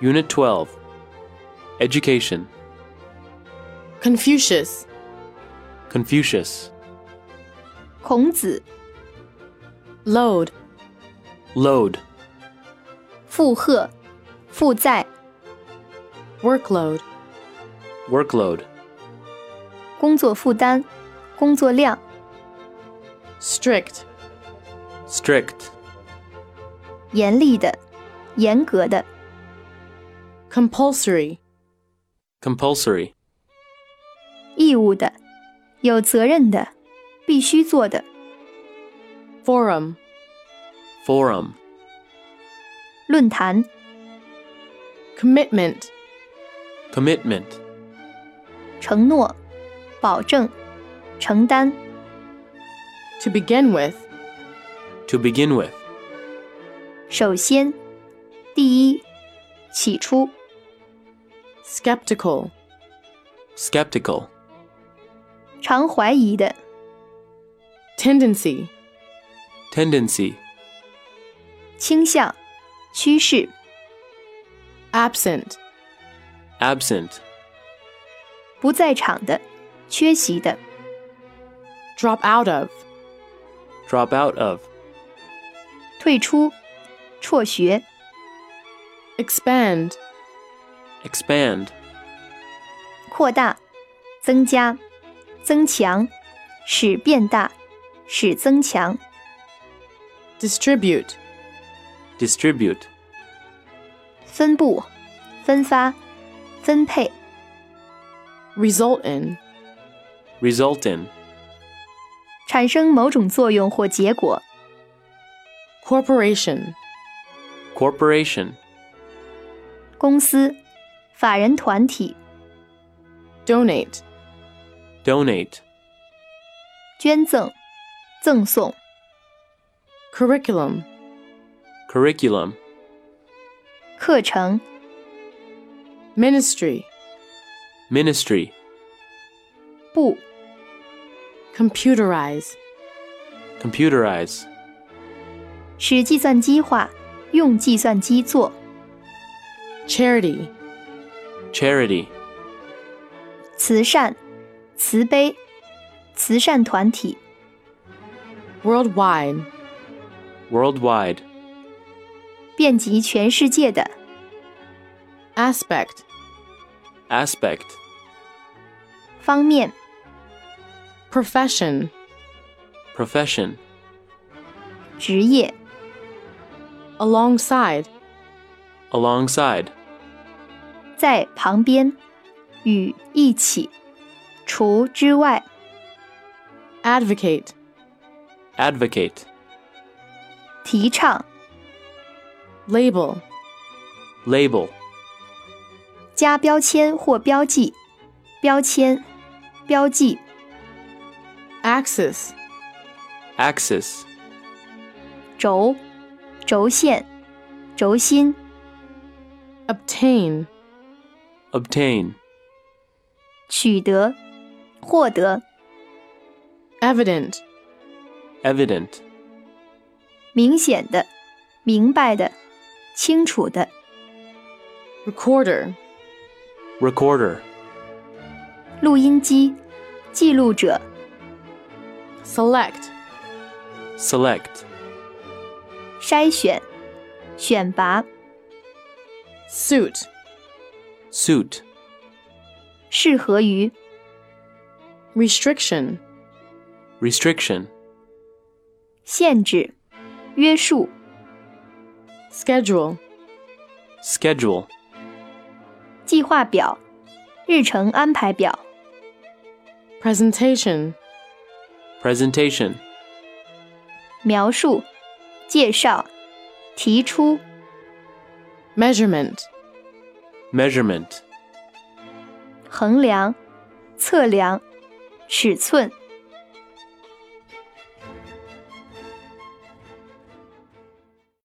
Unit 12 Education Confucius, Confucius 孔子、 load, Load 负荷、负载、 workload, Workload 工作负担、工作量、 strict, Strict 严厉的、严格的、 compulsory, Compulsory 义务的、有责任的、必须做的、 forum, Forum 论坛、 commitment, Commitment 承诺、保证、承担、 to begin with, To begin with 首先、第一、起初、 skeptical, Skeptical 常怀疑的、 tendency, Tendency 倾向、趋势、 absent, Absent 不在场的、缺席的、 drop out of, Drop out of 退出、辍学、 expand, Expand 扩大、增加、增强、使变大、使增强、 distribute, Distribute 分布、分发、分配、 result in, Result in 产生某种作用或结果、 corporation, Corporation 公司、法人团体、 donate, Donate 捐赠、赠送、 curriculum, Curriculum 课程、 ministry, Ministry 部、 computerize, Computerize 使计算机化、用计算机做、 charity, Charity 慈善、慈悲、慈善团体、 worldwide, Worldwide 遍及全世界的、 aspect, Aspect 方面、 profession, Profession 职业、 alongside, Alongside 在旁边、与一起、除之外、 advocate, Advocate 提倡、 label, Label 加标签或标记、标签、标记、 axis, Axis 轴、轴线、轴心、 obtain, Obtain 取得、获得、 evident, Evident 明显的、明白的、清楚的、 recorder, Recorder 录音机、记录者、 select, Select 筛选、选拔、 suit, Suit 适合于、 restriction, Restriction 限制、约束、 schedule, Schedule 计划表、日程安排表、 presentation, Presentation 描述、介绍、提出、 measurement, Measurement 衡量、测量、尺寸、